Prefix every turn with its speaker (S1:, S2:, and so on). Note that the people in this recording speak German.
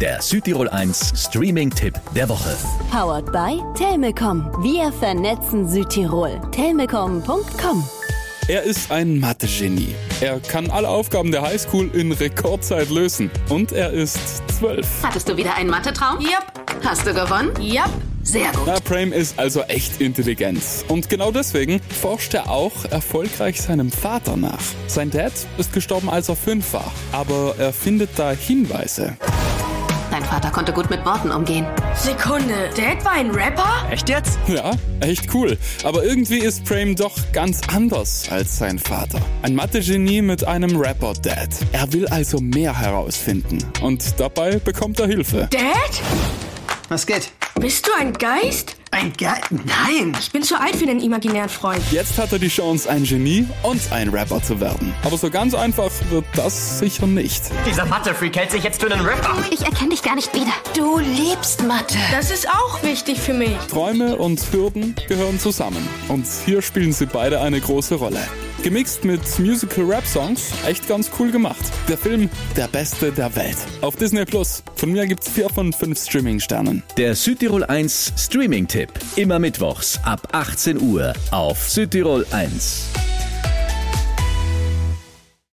S1: Der Südtirol 1 Streaming-Tipp der Woche.
S2: Powered by Telmecom. Wir vernetzen Südtirol. Telmecom.com
S3: Er ist ein Mathe-Genie. Er kann alle Aufgaben der Highschool in Rekordzeit lösen. Und er ist zwölf.
S4: Hattest du wieder einen Mathe-Traum? Yep. Hast du gewonnen? Yep. Sehr gut.
S3: Na, Prem ist also echt intelligent. Und genau deswegen forscht er auch erfolgreich seinem Vater nach. Sein Dad ist gestorben, als er fünf war. Aber er findet da Hinweise.
S4: Dein Vater konnte gut mit Worten umgehen.
S5: Sekunde, Dad war ein Rapper?
S6: Echt jetzt?
S3: Ja, echt cool. Aber irgendwie ist Prem doch ganz anders als sein Vater. Ein Mathe-Genie mit einem Rapper-Dad. Er will also mehr herausfinden. Und dabei bekommt er Hilfe.
S5: Dad?
S6: Was geht?
S5: Bist du ein Geist?
S6: Ein Ge Nein!
S5: Ich bin zu alt für einen imaginären Freund.
S3: Jetzt hat er die Chance, ein Genie und ein Rapper zu werden. Aber so ganz einfach wird das sicher nicht.
S6: Dieser Mathe-Freak hält sich jetzt für einen Rapper.
S4: Ich erkenne dich gar nicht wieder. Du liebst Mathe.
S5: Das ist auch wichtig für mich.
S3: Träume und Hürden gehören zusammen. Und hier spielen sie beide eine große Rolle. Gemixt mit Musical-Rap-Songs, echt ganz cool gemacht. Der Film Der Beste der Welt. Auf Disney Plus. Von mir gibt's vier von fünf Streaming-Sternen.
S1: Der Südtirol 1 Streaming-Tipp. Immer mittwochs ab 18 Uhr auf Südtirol 1.